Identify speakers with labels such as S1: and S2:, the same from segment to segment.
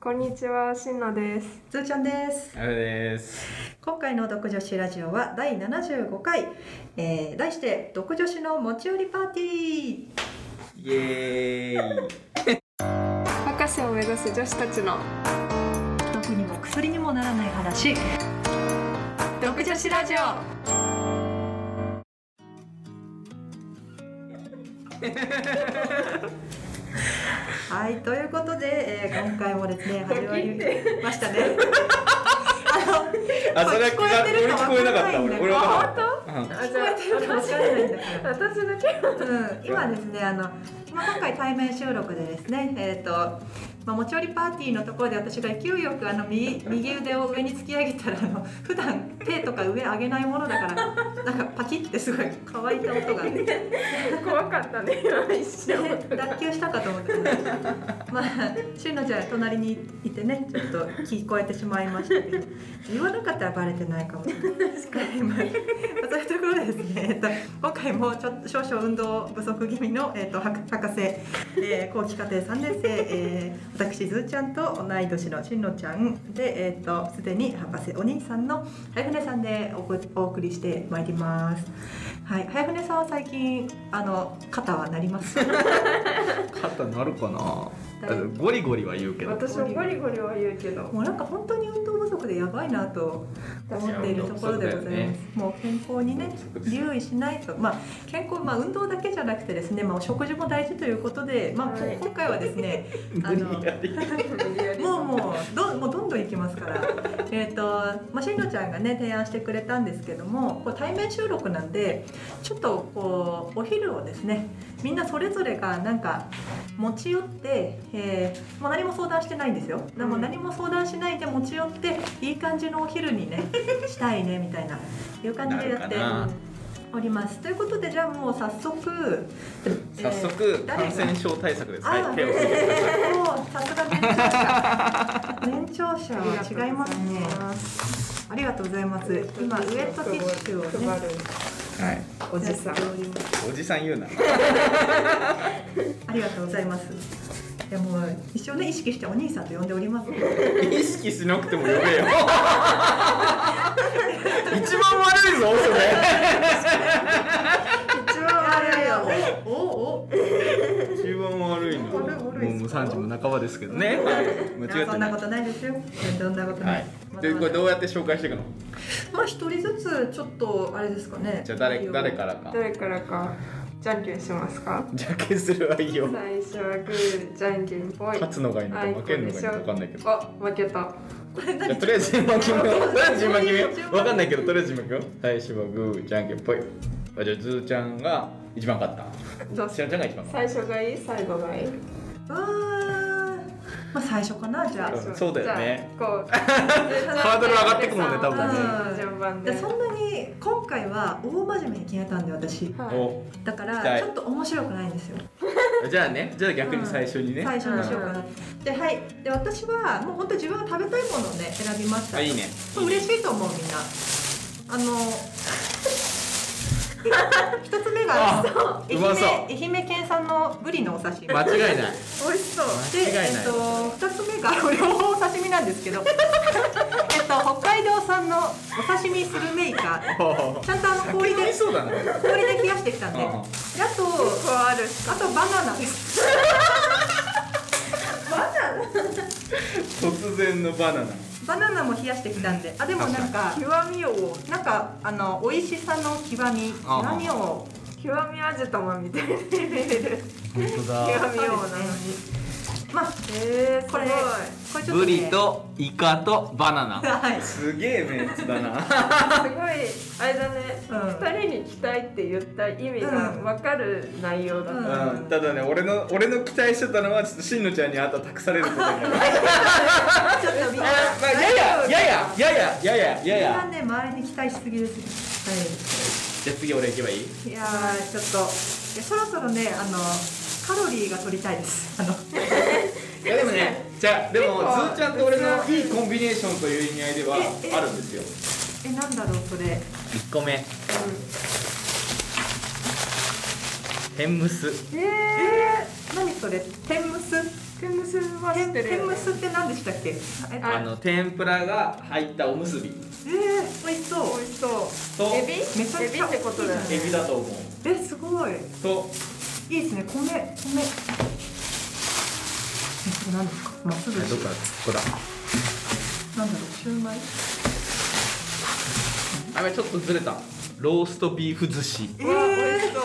S1: こんにちは、しんのです。
S2: ずーちゃんです
S3: あれです。
S2: 今回の独女子ラジオは第75回、えー、題して独女子の持ち寄りパーティ
S3: イエーイ。
S1: 博士を目指す女子たちの
S2: ー毒にも薬にもならない話
S1: 独女子ラジオ。
S2: はいということで、えー、今回もですね始まりましたね
S3: あ、それは聞こ
S2: 聞こえてるか
S3: 俺聞こえなかった。
S2: わかん
S1: あ、本
S2: ないんだけど
S3: 俺俺は分かんな
S1: 当？
S3: い。
S1: あ、
S2: 聞こえてるかわからないんだけど
S1: 私だけ。
S2: うん、今ですねあの、まあ、今回対面収録でですね、えーとまあ、持ち寄りパーティーのところで私が勢いよくあの右右腕を上に突き上げたらあの普段手とか上上げないものだからなんかパキッてすごい乾いた音が、ね、
S1: 怖かったね、今一瞬。
S2: 脱臼したかと思ってまあしゅんのちゃん隣にいてねちょっと聞こえてしまいましたけど言わなかったらバレてないかもしれない。
S1: 確 かに。
S2: まあそういうところでですね、えっと、今回もちょっと少々運動不足気味の、えっと、博博士、えー、後期課程3年生、えー、私ずーちゃんと同い年のしんのちゃんで、えっとすでに博士お兄さんの早船さんでおこお送りしてまいります。はい、早船さんは最近あの肩はなります。
S3: 肩なるかな。
S2: 誰
S3: ゴリゴリは言うけど。
S1: 私もゴリゴリは言うけど。
S2: もうなんか本当に運動不足でやばいなと思っているところでございます。
S3: いや運動不足だよね
S2: もう健康にね留意しないと、まあ健康まあ運動だけじゃなくてですね、まあお食事も大事ということで、まあ、
S1: はい
S2: 今回はですね、
S3: 無理やり。
S2: もうもうどもうどんどんいきますから、 えっとまあしんのちゃんがね提案してくれたんですけども、こう対面収録なんでちょっとこうお昼をですね、みんなそれぞれがなんか持ち寄って、えー、もう何も相談してないんですよ、でも何も相談しないで持ち寄っていい感じのお昼にね したいねみたいないう感じでやって
S3: なるかな
S2: おりますということでじゃあもう早速
S3: 早速
S2: 誰が
S3: 感染症対策です。
S2: あ
S3: は
S2: あ
S3: い、手 を。
S2: もうさすが年長者年長者は違いますねありがとうございます今ウエットティッシュを
S1: 配
S2: ね
S1: る
S3: はい。
S1: おじさん
S2: やっております
S3: おじさん言 うな。
S2: ありがとうございますいやもう一生ね意識してお兄さんと呼んでおります
S3: 意識しなくても 呼べよ。一番悪いぞ、それ。
S2: 一番悪いよ。おおお。
S3: 一番悪いの。
S2: 悪い悪い
S3: もう三時も半ばですけどね。はい間違っ
S2: そ
S3: て
S2: んな
S3: な
S2: いこ。とないですよ。そんなこと
S3: は
S2: ない
S3: い。。というこれどうやって紹介していくの？
S2: まあ一人ずつちょっとあれですかね。
S3: じゃあ誰誰からか。
S1: 誰からか。じゃんけんしますか。
S3: じゃんけんするはいいよ。
S1: 最初はグー、じゃんけんぽい。
S3: 勝つのがいいのか負けるのがいいのか分かんないけど。
S1: あ、負けた。
S2: これ
S3: じゃあ
S2: 何？
S3: とりあえず今決めよう。とりあえず今決めよう。
S2: 順番
S3: 分かんないけどとりあえず今決めよう。最初はグーじゃんけんぽい。あじゃあズーちゃんが一番勝っ
S1: どう
S3: た。
S1: し
S3: しおんちゃんが一番勝っ
S1: 最初がいい、最後がいい。
S2: うーんまあ最初かなじゃあ。
S3: うんそうだよね
S1: じゃあ。こう。
S3: ハードル上がってくもんね多分
S2: ね
S1: うん順番で。
S2: でそんなに今回は大真面目に決めたんで私
S3: た。
S1: は
S3: お。
S2: だか
S3: 期
S2: ら
S3: 待
S2: ちょっと面白くないんですよ
S3: じゃあね。じゃあ逆に最初にね。
S2: 最初にしようか
S3: う
S2: なではいで私はもう本当自分が食べたいものをね選びまし
S3: んあ
S2: た
S3: いいね。
S2: 嬉しいと思うみんなあの 一つ目が
S3: あ
S2: 愛媛
S3: うまそう
S2: 愛媛県産のブリのお刺身、
S3: 間違いない。
S2: 美味しそうで、
S3: 間違い
S2: え
S3: ない
S2: っと、二つ目が両方お刺身なんですけど えっと北海道産のお刺身スルメイカちゃんとあの氷
S3: 先飲
S2: で
S3: みそうだな。
S2: 氷で冷やしてきたんでであ
S3: あ
S2: とあとバナナですバナナ
S3: 突然のバナナ。
S2: バナナも冷やしてきたんで、あでもなんか極みをなんかあの美味しさの極み極
S3: あー
S2: みを
S1: い。極み味玉みたいに見える。
S3: 本当
S1: 極みようなのに。
S2: まあ
S1: えー、す
S2: こ
S1: ごい
S2: れ。これちょっと、ね、
S3: とイカとバナナ。
S2: はい
S3: すげえメンツだな。
S1: すごい。あれだね。
S2: うん
S1: 二人に期待って言った意味がわかる内容だ。
S2: う
S1: うんん
S3: うん、ただね俺の俺の期待してたのはちょっとしんのちゃんにあた託されることになる
S2: ちょっとみん
S3: ま
S2: な
S3: あややややややややや
S2: みんな
S3: や
S2: ね周りに期待しすぎです
S3: じゃあ次俺行けばいい
S2: はいいやーちょっといやそろそろねあのカロリーが取りたいです あの
S3: いやでもねじゃあでもず
S1: 結構
S3: ーちゃんと俺のいいコンビネーションという意味合いでは
S2: ええ
S3: あるんですよ
S2: えなんだろうそれ
S3: 1個目天むす
S1: え
S2: 何それ天むす
S4: 天むすは知
S2: 天
S4: ってる
S2: 天
S4: よ
S2: む
S4: ね
S2: すって何でしたっけえっと
S4: あ
S3: あの天ぷらが入ったおむすび
S2: えー、美味しそう
S4: 美味しそう
S3: と
S4: エビ
S2: めちゃくちゃ
S4: エビってことだよね
S3: エビだと思う
S2: えすごい
S3: と
S2: いいですね米米えそれ何ですかまっすぐ
S3: どっかここだ
S2: なんだろうシューマイ
S3: あちょっとずれたローストビーフ寿司
S2: え
S4: うわ美味しそう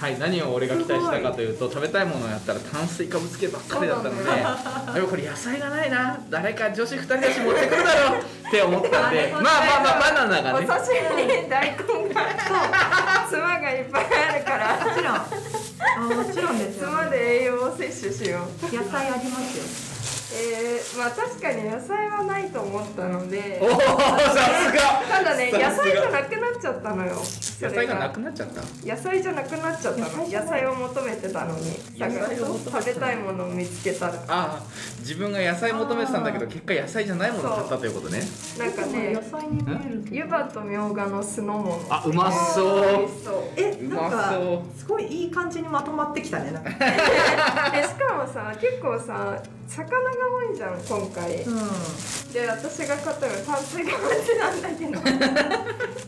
S3: はい何を俺が期待したかというと食べたいものをやったら炭水化物系ばっかりだったの
S4: そう
S3: ででもこれ野菜がないな誰か女子2人だし持ってくるだろうって思ったんで まあまあまあバナナが
S4: お
S3: ね
S4: 刺身に大根がつまがいっぱいあるから
S2: もちろんあーもちろんです
S4: つ
S2: よ
S4: まで栄養を摂取しよう
S2: 野菜ありますよ
S4: えー、まあ確かに野菜はないと思ったので
S3: おおさすが
S4: ただね野
S3: さす
S4: 菜じ
S3: が
S4: ゃなくなっちゃったのよそ
S3: 野
S4: れ
S3: 菜がなくなっちゃった
S4: 野菜じゃなくなっちゃったの
S2: 野菜じゃ
S4: 野
S2: ない
S4: 菜を求めてたのに
S3: 野菜を求めてた
S4: 食べたいものを見つけたら
S3: ああ自分が野菜求めてたんだけど結果野菜じゃないものを買ったということね
S4: なんかね
S2: 野菜に見えるけど
S4: 湯葉とみょうがの酢の物
S3: あうま
S4: 美
S3: そう
S4: 味しそう
S2: え
S3: う
S2: なん
S3: ま
S2: か
S3: そ
S2: すごいいい感じにまとまってきたねなんか
S4: でしかもさ結構さ魚が多いじゃん今回
S2: うん
S4: で私が買ったの炭水化物なんだけど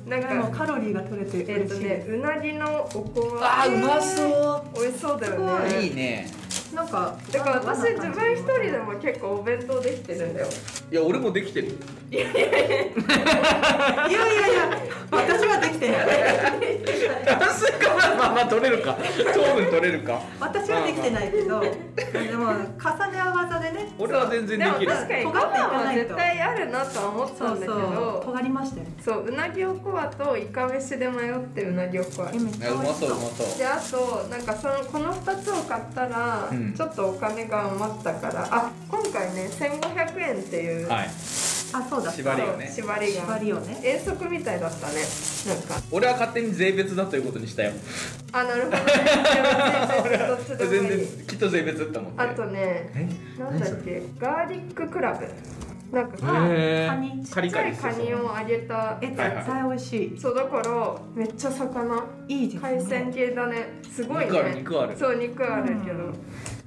S4: なん
S2: でも
S4: か
S2: カロリーが取れて
S4: えっ、
S2: 嬉
S4: と
S2: しい、
S4: ねうなぎのおこわ
S3: あーうまそ
S4: 美味しそうだよ
S2: すご
S4: ね
S3: ういいね
S2: なんか
S4: だから私自分一人で
S2: も
S4: も結構お弁当できてるんだよ
S3: いや俺もできてる
S2: いやいやいや私はできてない
S3: 炭水化物まあまあ取れるか糖分取れるか
S2: 私はできてないけどでも重ね合わさでね
S3: 俺は全然
S4: で
S3: で
S4: も
S3: き
S4: 確
S3: る
S4: かにご飯は絶対あるなとは思ってたんだけ
S2: そう
S4: ど
S2: 尖りましたよね
S4: そううなぎおこわといかめしで迷ってうなぎおこわ
S2: えめっち
S3: あ
S2: ゃ
S3: う
S2: 美
S3: ま
S2: 味し
S3: そうう
S2: そ
S3: ま
S2: う
S3: そう
S4: であとなんかそのこの2つを買ったら、
S3: うん
S4: ちょっとお金が余ったからあ今回ね1500円っていう、
S3: はい
S2: あそうだ
S3: 縛りがね
S4: そう縛りが
S2: 縛りをね
S4: 遠足みたいだったねなんか
S3: 俺は勝手に税別だということにしたよ
S4: あなるほどねでも全然どっちでも
S3: 全
S4: いい
S3: 然きっと税別だもん
S4: あとね
S3: え
S4: なんだっけガーリッククラブなんか
S3: へ
S4: さ
S3: え
S2: カニ
S3: カ
S4: ち
S3: リ
S4: っち
S3: カ
S4: ゃ
S3: リ
S4: い
S3: して
S4: カ
S3: そう
S4: ニをあげた
S2: え絶対美味しい
S4: そうだからめっちゃ魚
S2: いいですね
S4: 海鮮系だねすごい
S3: 肉ある
S4: ね
S3: 肉ある
S4: そう肉あるけど、
S2: うん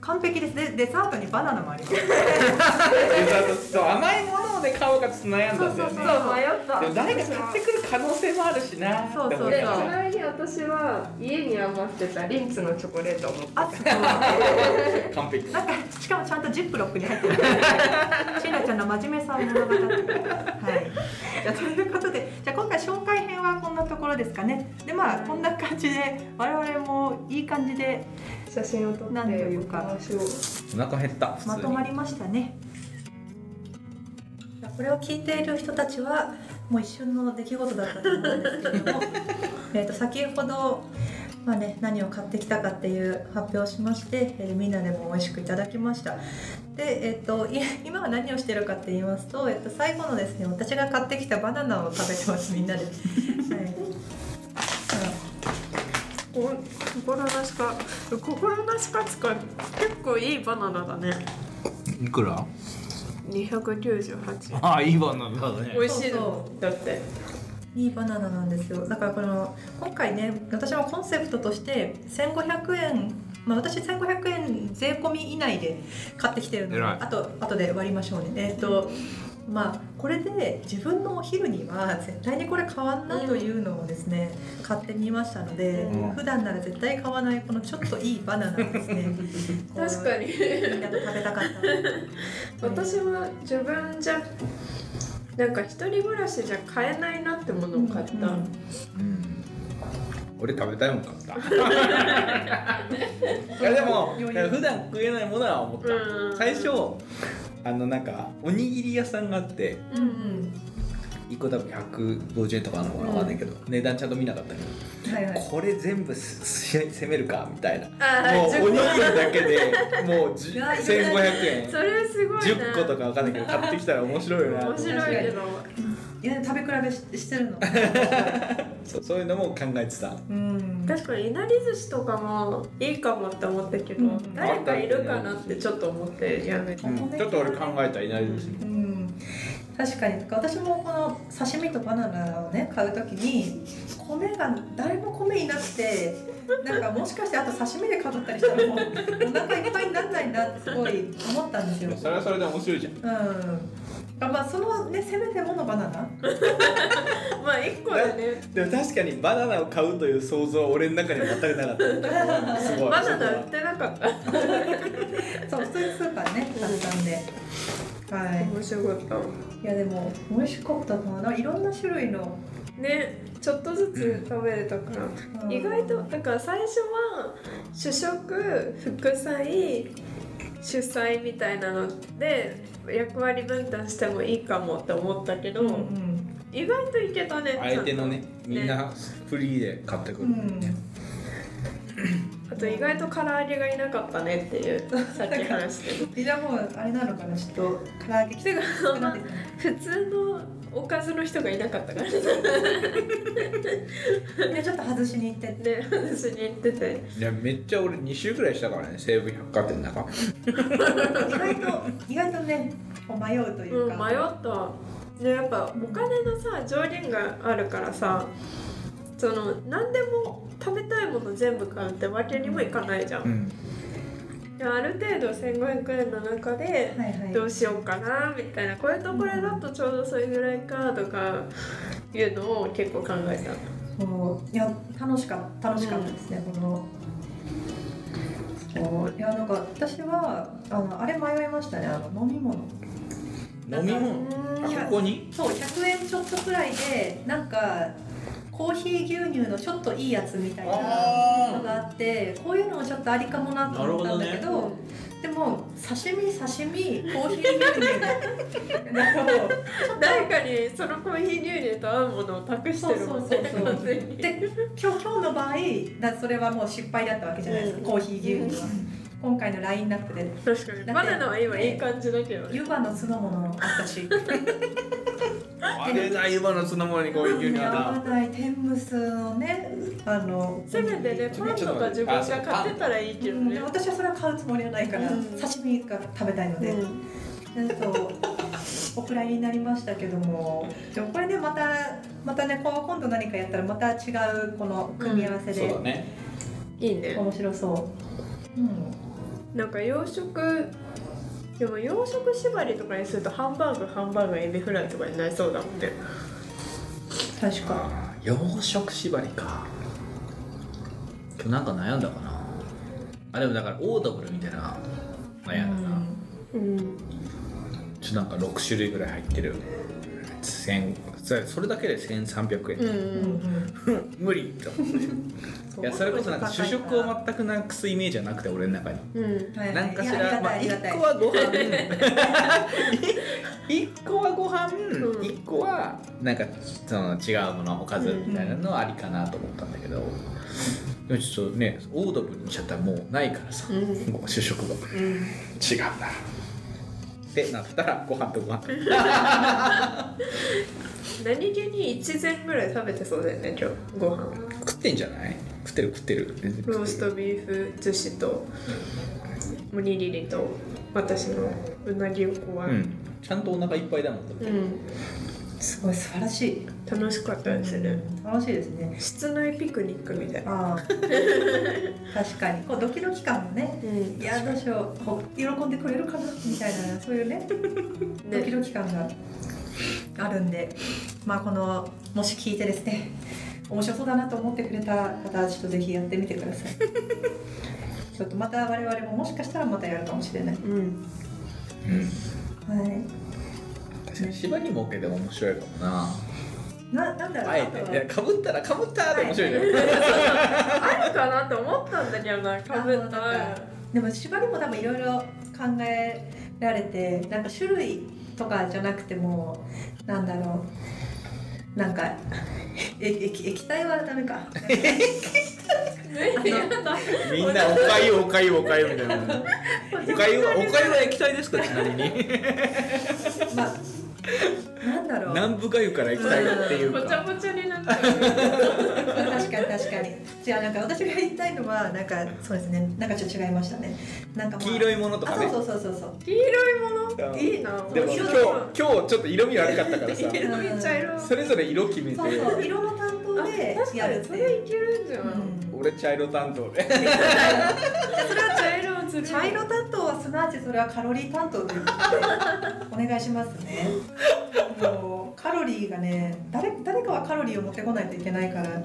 S2: 完璧ですでデザートにバナナもあります
S3: デザートそう甘いものをね買おうかちょっと悩んだんだよ
S4: そう
S3: ね
S4: 迷った
S3: でも誰か買ってくる可能性もあるしな
S2: そうそうそう
S4: で
S3: って
S4: ち
S3: 思った
S4: なみに私は家に余ってたリンツのチョコレートを持って
S2: あそう
S3: 完璧
S2: なんかしかもちゃんとジップロックに入ってる。シーナちゃんの真面目さを物語ってる。はい。じゃあということで、じゃあ今回紹介編はこんなところですかね。でまあこんな感じで我々もいい感じで
S4: 写真を撮って
S2: なんというか
S4: お話を
S3: お腹減った普通に
S2: まとまりましたね。これを聞いている人たちはもう一瞬の出来事だったと思うんですけれど もえーと先ほど、まあね、何を買ってきたかっていう発表をしまして、えーみんなでも美味しくいただきましたで、えー、とい今は何をしてるかって言いますと,、えー、と最後のですね私が買ってきたバナナを食べてますみんな で、はい
S5: お心なしか心なしかつか結構いいバナナだね
S3: いくら
S5: 298円
S3: ああいいバナナだね
S5: 美味しいの
S2: そう
S5: だって
S2: いいバナナなんですよだからこの今回ね私もコンセプトとして1500円まあ私1500円税込み以内で買ってきてるので
S3: 偉い
S2: あとあとで割りましょうねえっ、とまあこれで自分のお昼には絶対にこれ買わんなというのをですね、買ってみましたので、
S3: うん
S2: 普段なら絶対買わないこのちょっといいバナナをです ね
S5: 確か
S2: に
S5: に
S2: みんなと食べたかった
S5: 私は自分じゃなんか一人暮らしじゃ買えないなってものを買った、
S2: うん
S3: うん俺食べたいもん買ったいやでも
S2: 余裕
S3: いや普段食えないものは思った、
S5: うん
S3: 最初あのなんかおにぎり屋さんがあって
S2: うんうん
S3: 1個多分150円とかなのかなわかんないけど、値段ちゃんと見なかったけど、
S2: はいはい
S3: これ全部すし攻めるかみたいなも
S5: ああ
S3: うおにぎりだけでもうじ
S2: う
S3: ゅ
S2: わ
S3: 1500円
S5: それすごいね
S3: 10個とかわかんないけど買ってきたら面白いよなと思
S5: 面
S3: って
S5: 白いけど
S2: いや食べ比べしして るの
S3: そうそういうのも考えてた
S2: うん
S5: 確かにいなり寿司とかもいいかもって思ったけど、
S2: うん
S5: 誰かいるかなってちょっと思ってやめた、
S2: うんちょっと俺考
S3: えたいな
S5: り寿司
S2: うん、確かにとか私もこの刺身とバナナをね買うときに米が誰も米いなくてなんかもしかしてあと刺身で飾ったりしたらもうお腹いっぱいにならないなってすごい思ったんですよ。
S3: それはそれで面白いじゃん
S2: うん。あまあそのねせめてものバナ ナ。
S4: まあ一個でね
S3: でも確かにバナナを買うという想像は俺の中に全くなかったすごい
S4: バナナ売ってなかった
S2: そう普通にスーパーね買ったんで。はい。
S4: 面白かっ
S2: いやでも美味しかったな。いろんな種類の、
S4: たねちょっとずつ食べれたから、
S2: うん
S4: 意外とだから最初は主食副菜主菜みたいなので役割分担してもいいかもって思ったけど、
S2: うんうん
S4: 意外といけたね
S3: 相手のねみんなフリーで買ってく
S2: う
S3: る
S2: ん。
S4: あと意外と唐揚げがいなかったねって いうさっき話して
S2: じゃあもうあれなのかなちょっと唐揚げきつ
S4: て
S2: く
S4: か
S2: なってきたね
S4: 普通のおかずの人がいなかったからね
S2: でちょっと外しに行って。
S4: で私に言ってて
S3: いやめっちゃ俺2週くらいしたからね西武百貨店の中
S2: 意外と意外とねこう迷うとい
S4: うん迷
S2: う
S4: っ
S2: か。
S4: たでやっぱお金のさ上限があるからさその何でも食べたいもの全部買うってわけにもいかないじゃん
S3: ん
S4: である程度1500円の中で
S2: はいはい。
S4: どうしようかなみたいなこれとこれだとちょうどそれぐらいかとかいうのを結構考えた
S2: そういや楽しかった楽しかったですね、この。そういやなんか私はあのあれ迷いましたねあの飲み物
S3: 飲み物
S4: うん
S3: あここに
S2: そう100円ちょっとくらいでなんかコーヒー牛乳のちょっといいやつみたいなの
S3: あ
S2: があってこういうのもちょっとありかもなと思ったんだけど
S3: な
S2: でも刺身刺身コーヒー牛乳なるほど
S4: 誰かにそのコーヒー牛乳と合うものを託してるもんね
S2: そうそうそうそう
S4: 完全に
S2: で今日今日の場合だそれはもう失敗だったわけじゃないですか、
S4: うん
S2: コーヒー牛乳は、今回のラインナップで
S4: 確かにバナナは今いい感じだけどね
S2: 湯葉の酢の物もあったし
S3: あれだ湯葉の酢の物にこういう牛乳
S2: 合わ
S3: あ
S2: ない天むすのねあの
S4: せめてねパンとか自分が買ってたらいいけど
S2: うん
S4: ね
S2: で私はそれは買うつもりはないから、
S4: うん
S2: 刺身が食べたいの
S4: う
S2: で、
S4: ん
S2: でそうお蔵入りになりましたけどもでもこれでまたまたねこう今度何かやったらまた違うこの組み合わせ
S3: だそう
S2: で
S3: だね
S4: いいね
S2: 面白そう、うん、
S4: なんか洋食でも洋食縛りとかにするとハンバーグハンバーグエビフライとかになりそうだもんね
S2: 確か
S6: あー洋食縛りか今日なんか悩んだかなあでもだからオードブルみたいな悩んだな、
S4: うん
S3: ちょっとなんか6種類ぐらい入ってる千それそれだけで1300円、
S4: うん
S2: うんうんうん
S3: 無理と思っていやそれこそなんか主食を全くなくすイメージはなくて俺の中に
S4: うん
S2: はいはい
S3: なんかし
S2: いや
S3: らま
S2: あ
S3: あ
S2: り
S3: 一
S2: がたいあり
S3: 個
S2: がたい
S3: はご飯 一個はご飯
S4: うん
S3: 一個はなんかその違うものおかずみたいなのはありかなと思ったんだけどでもちょっとねオードブルにしちゃったらもうないからさ
S4: うん
S3: もう主食が違うなってなったらご飯とご飯
S4: 何気に1膳ぐらい食べてそうだよね今日ご飯
S3: 食ってんじゃない食ってる食ってる全然食ってる
S4: ローストビーフ寿司とおにぎりと私のうなぎをこわ
S3: うんちゃんとお腹いっぱいだもん
S4: うん、
S2: すごい素晴らしい
S4: 楽しかったですね
S2: 楽しいですね
S4: 室内ピクニックみたいな
S2: ああ 確かにこうドキドキ感もね
S4: うん
S2: いやどうしようこう喜んでくれるかなみたいなそういうねドキ
S4: ね
S2: ドキ感があるんでまあこのもし聞いてですね面白そうだなと思ってくれた方ちょっとぜひやってみてくださ いちょっとまた我々ももしかしたらまたやるかもしれない
S4: うん
S3: うん
S2: はい
S3: 確かに芝に儲けても面白いかもな
S2: ななんだろう
S3: あえていやかぶったらかぶったって面白いじゃん
S4: あるかなって思ったんだけどなかぶっ
S2: あのなん
S4: た
S2: かでも縛りも多分いろいろ考えられてなんか種類とかじゃなくてもなんだろうなんかえ液液体はダメか
S3: みんなおかゆおかゆおかゆみたいなおかゆはおかゆは液体ですかちなみに
S2: まあなんだろう
S3: 南部がゆから液体っていう
S4: ぽちゃぽ
S3: か
S4: ちゃになっちゃう
S2: 確かに確かかに違うなんか私が言いたいのはなんかそうですねなんかちょっと違いましたねなんか、まあ、
S7: 黄色いものとかね
S2: あそうそうそうそう
S4: 黄色いも
S7: うん
S4: のいいな
S7: でも
S4: 面
S7: 今日
S4: 白い
S7: 今日ちょっと色味悪かったからさ
S4: 黄色い茶色
S7: それぞれ色決めて
S2: そうそう色の担当で
S4: あ確
S2: や
S4: か
S2: るっ
S4: に
S2: て
S4: そ
S2: いう、
S4: れいけるんじゃ
S2: う
S4: ない、
S2: ん
S7: 俺茶色担当で
S4: それは茶色をずるい
S2: 茶色担当はすなわちそれはカロリー担当ということでお願いしますねもうカロリーがね誰誰かはカロリーを持ってこないといけないからご飯
S4: もう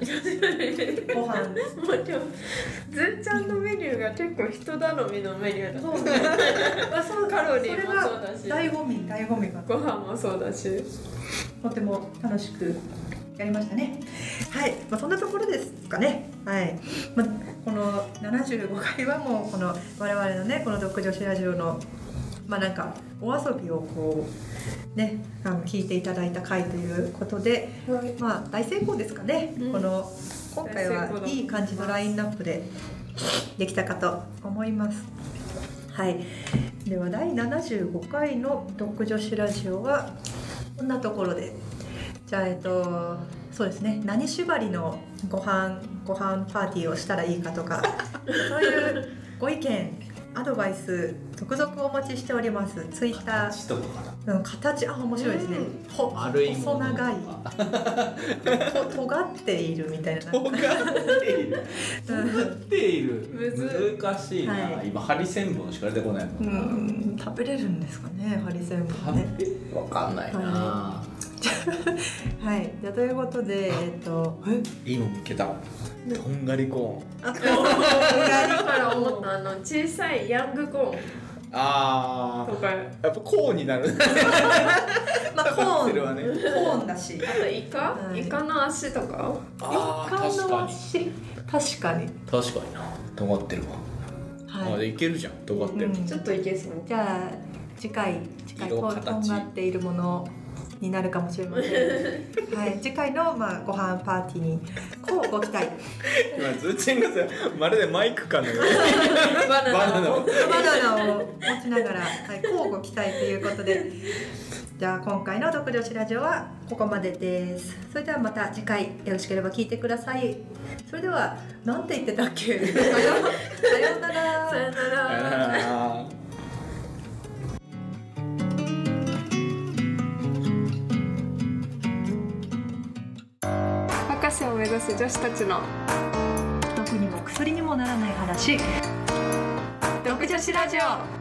S4: 今日ずんちゃんのメニューが結構人頼みのメニューだっ
S2: そうね
S4: たそうカロリーもそうだし
S2: 醍醐味醍醐味が
S4: ご飯もそうだし
S2: とても楽しくやりましたね。はい、まあ、そんなところですかね。はい、まあ、この75回はもうこの我々のねこの独女子ラジオのまあなんかお遊びをこうねあの聞いていただいた回ということで、まあ大成功ですかね。
S4: うん
S2: この今回
S4: 大成功
S2: は
S4: だ
S2: いい感じのラインナップでできたかと思います。はい。では第75回の独女子ラジオはこんなところでじゃあえっとそうですね何縛りのご飯ご飯パーティーをしたらいいかとかそういうご意見アドバイス続々お待ちしておりますツイッター
S3: 形とかかな
S2: の形あ面白いですね、
S4: う
S2: ほ
S3: 丸いも
S2: 細
S3: のと
S2: 長い
S3: か
S2: と尖っているみたいな
S7: 尖っている
S2: うん
S3: 作っている
S4: むず
S3: 難しいな、
S2: は
S3: 今ハリセンボンしか出てこないもん、
S2: うん食べれるんですかねハリセンボンね
S3: わかんないな、
S2: ははいじゃあということでえっと
S7: 今向けたとんがりコーン
S2: あ
S4: だから思ったあの小さいヤングコーン
S7: あ
S4: とか
S7: ーやっぱコーンになる
S2: まあコ
S7: 食べてる
S2: ー
S7: わ
S2: ン、
S7: ね
S2: コーンだし
S4: あとイカ、
S2: はい
S4: イカの足とか
S7: あー確かに
S2: に確かに
S7: 確かにな尖ってるわ、
S2: はい
S7: あいけるじゃん尖ってる、
S2: うん
S4: ちょっといけそう
S2: じゃあ次回次回
S7: 色
S2: こうとん
S7: 形
S2: がっているものになるかもしれませんはい次回のまあご飯パーティーにこうご期待
S7: 今ズーチンがさまるでマイクかのように
S4: バ
S7: バナ ナを
S2: バナナを持ちながら、はい、こうご期待ということでじゃあ今回の「独女子ラジオ」はここまでですそれではまた次回よろしければ聞いてくださいそれではなんて言ってたっ けさよさようなら
S4: さよなら
S7: あー
S4: 博士を目指す女子たちの
S2: 毒にも薬にもならない話
S4: 独女子ラジオ